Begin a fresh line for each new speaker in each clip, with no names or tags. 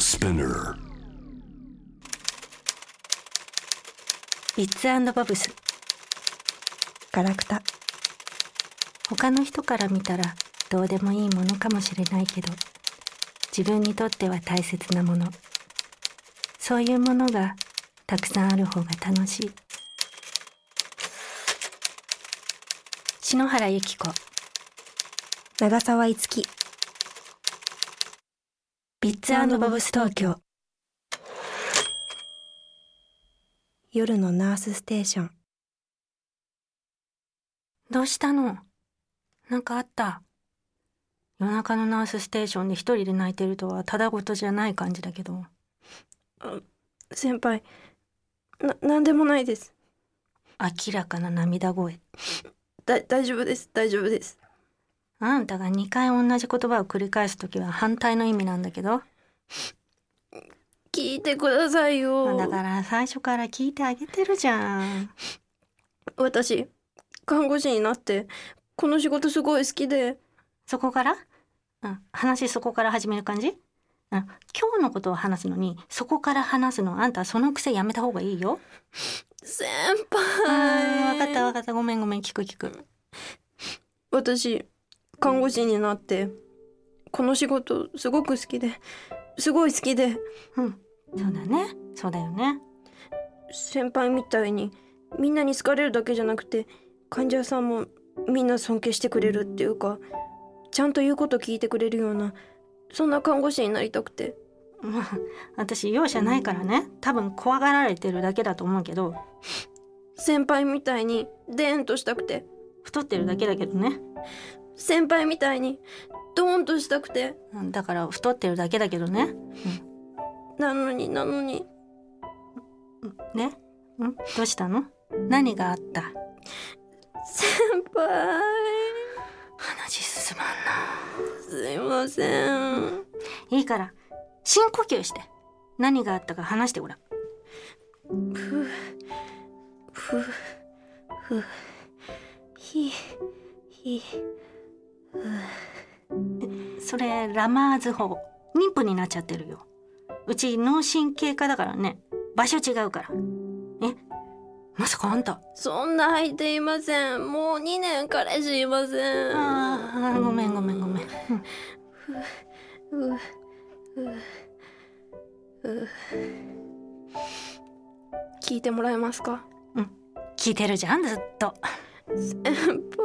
Spinner.
ビッツボブス
ガラクタ
他の人から見たらどうでもいいものかもしれないけど自分にとっては大切なものそういうものがたくさんある方が楽しい篠原由紀子
長澤いつき
ビッツボブス東京
夜のナースステーション
どうしたのなんかあった夜中のナースステーションで一人で泣いてるとはただ事じゃない感じだけど
先輩な何でもないです
明らかな涙声
だ大丈夫です大丈夫です
あんたが2回同じ言葉を繰り返す時は反対の意味なんだけど
聞いてくださいよ
だから最初から聞いてあげてるじゃん
私看護師になってこの仕事すごい好きで
そこから、うん、話そこから始める感じ、うん、今日のことを話すのにそこから話すのあんたその癖やめた方がいいよ
先
うん分
輩
かった分かったごめんごめん聞く聞く
私看護師になってこの仕事すごく好きですごい好きで
うんそうだねそうだよね
先輩みたいにみんなに好かれるだけじゃなくて患者さんもみんな尊敬してくれるっていうかちゃんと言うこと聞いてくれるようなそんな看護師になりたくて
まあ私容赦ないからね多分怖がられてるだけだと思うけど
先輩みたいにデーンとしたくて
太ってるだけだけどね
先輩みたいにドーンとしたくて
うんだから太ってるだけだけどね
なのになのに
ねんどうしたの何があった
先輩
話進まん
すいません
ないいから深呼吸して何があったか話してごらん
ふふひひ
それラマーズ法妊婦になっちゃってるようち脳神経科だからね場所違うからえまさかあんた
そんな相手いませんもう2年彼氏いません
ああごめんごめんごめんうん
ううう聞いてもらえますか
聞いてるじゃんずっと
先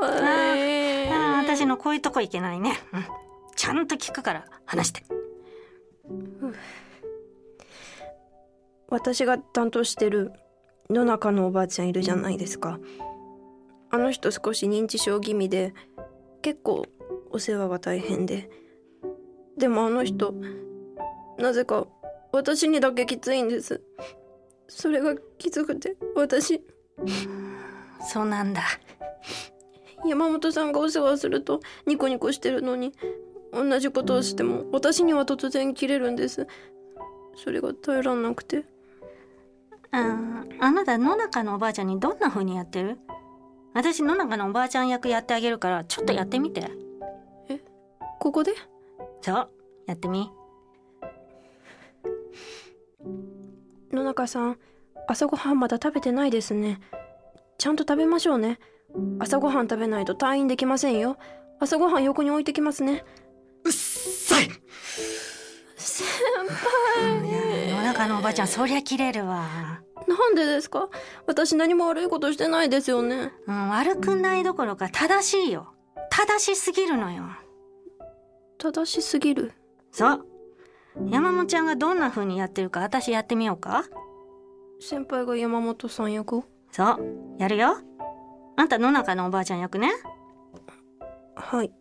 輩
あー私のこういうとこいけないね、うん、ちゃんと聞くから話して
私が担当してる野中のおばあちゃんいるじゃないですかあの人少し認知症気味で結構お世話が大変ででもあの人なぜか私にだけきついんですそれがきつくて私
そうなんだ
山本さんがお世話するとニコニコしてるのに同じことをしても私には突然切れるんですそれが耐えらんなくて
うんあなた野中のおばあちゃんにどんな風にやってる私野中のおばあちゃん役やってあげるからちょっとやってみて
ここで
そうやってみ
野中さん朝ごはんまだ食べてないですねちゃんと食べましょうね朝ごはん食べないと退院できませんよ朝ごはん横に置いてきますね
うっさい
先
いや野中のおばあちゃんそりゃ切れるわ
なんでですか私何も悪いことしてないですよね
うん悪くないどころか正しいよ正しすぎるのよ
正しすぎる
そう山本ちゃんがどんな風にやってるか私やってみようか
先輩が山本さん役を
そうやるよあんた野中のおばあちゃん役ね
はい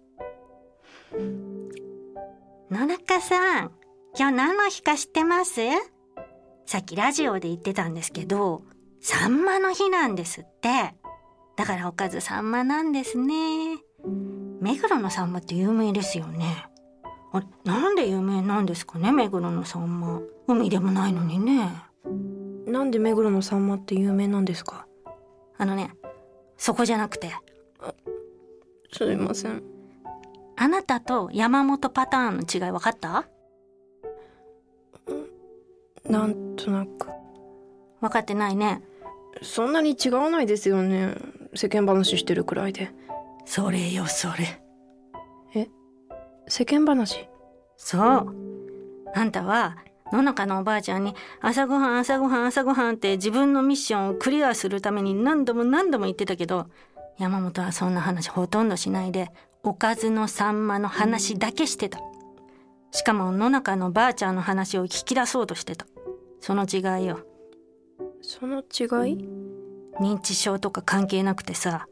野中さん今日何の日か知ってますさっきラジオで言ってたんですけどサンマの日なんですってだからおかずサンマなんですね目黒のサンマって有名ですよねあれなんで有名なんですかね目黒のサンマ海でもないのにね
なんで目黒のさんまって有名なんですか
あのねそこじゃなくて
すいません
あなたと山本パターンの違い分かった
なんとなく
分かってないね
そんなに違わないですよね世間話してるくらいで
それよそれ
世間話
そうあんたはののかのおばあちゃんに朝ごはん朝ごはん朝ごはんって自分のミッションをクリアするために何度も何度も言ってたけど山本はそんな話ほとんどしないでおかずのさんまの話だけしてたしかも野中のばあちゃんの話を聞き出そうとしてたその違いよ
その違い
認知症とか関係なくてさ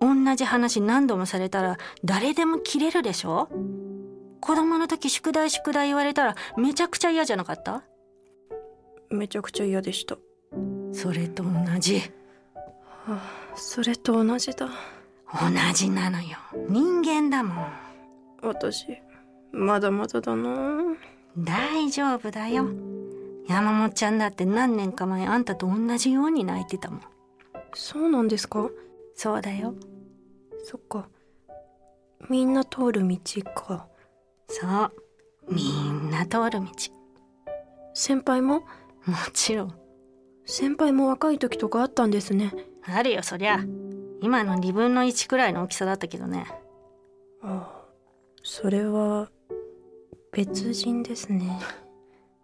同じ話何度もされたら誰でも切れるでしょ子供の時宿題宿題言われたらめちゃくちゃ嫌じゃなかった
めちゃくちゃ嫌でした
それと同じ
それと同じだ
同じなのよ人間だもん
私まだまだだな
大丈夫だよ山本ちゃんだって何年か前あんたと同じように泣いてたもん
そうなんですか
そうだよ
そっかみんな通る道か
そうみんな通る道
先輩も
もちろん
先輩も若い時とかあったんですね
あるよそりゃ今の2分の1くらいの大きさだったけどね
ああそれは別人ですね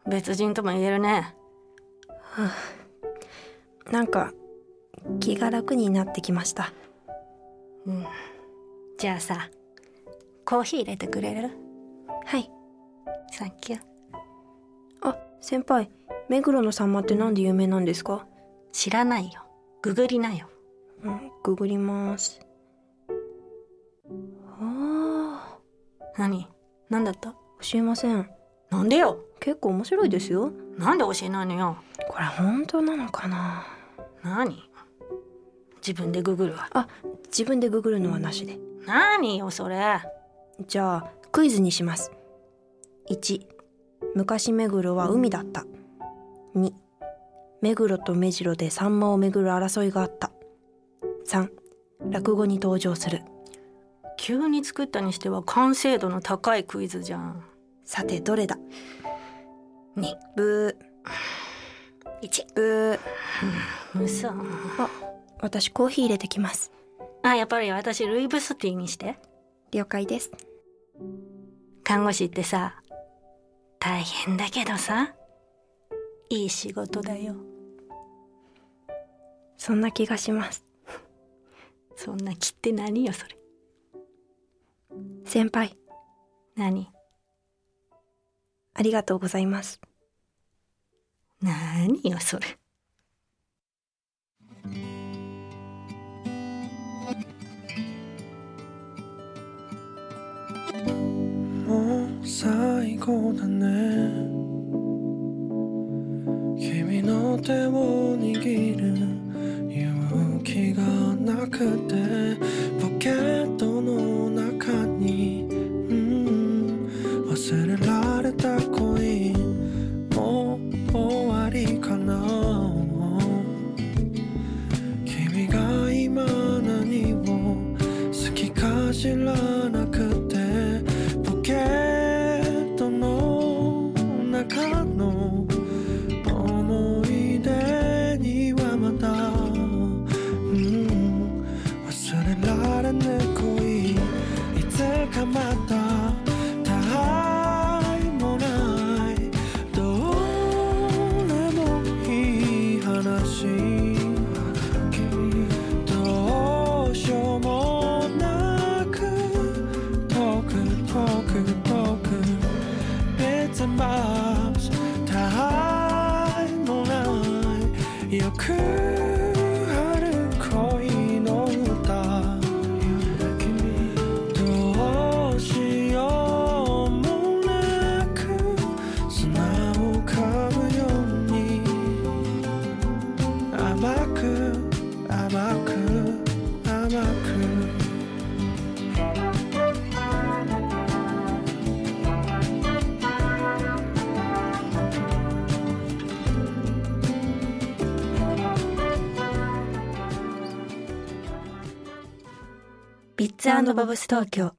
別人とも言えるね
なんか気が楽になってきました
じゃあさコーヒー入れてくれる
はい
サンキュー
あ先輩目黒のサンマってなんで有名なんですか
知らないよググりなよ
うんググりますああ
何何だった
教えません
なんでよ
結構面白いですよ
なんで教えないのよ
これ本当なのかな
何自分でググるわ
あ自分でググるのはなしで
何よそれ
じゃあクイズにします1昔目黒は海だった2目黒と目白でサンマを巡る争いがあった3落語に登場する
急に作ったにしては完成度の高いクイズじゃん
さてどれだ
2
ブ
1
ーブー
嘘
あ私コーヒー入れてきます
あやっぱり私ルイブスティーにして
了解です
看護師ってさ大変だけどさいい仕事だよ
そんな気がします
そんな気って何よそれ
先輩
何
ありがとうございます
何よそれ
もう最高だね君の手を握る勇気がなくてポケットの中に、うん、忘れられた恋もう終わりかな君が今何を好きか知らなくてポケットの中の思い出にはまだ、うん、忘れられぬ恋いつかまたたあいもないどうでもいい話どうしようもなく遠く遠く遠く Bits and bobs たあいもないよくある恋の歌どうしようもなく砂を噛むように甘く甘く甘く
ビッツ
ザバブス東京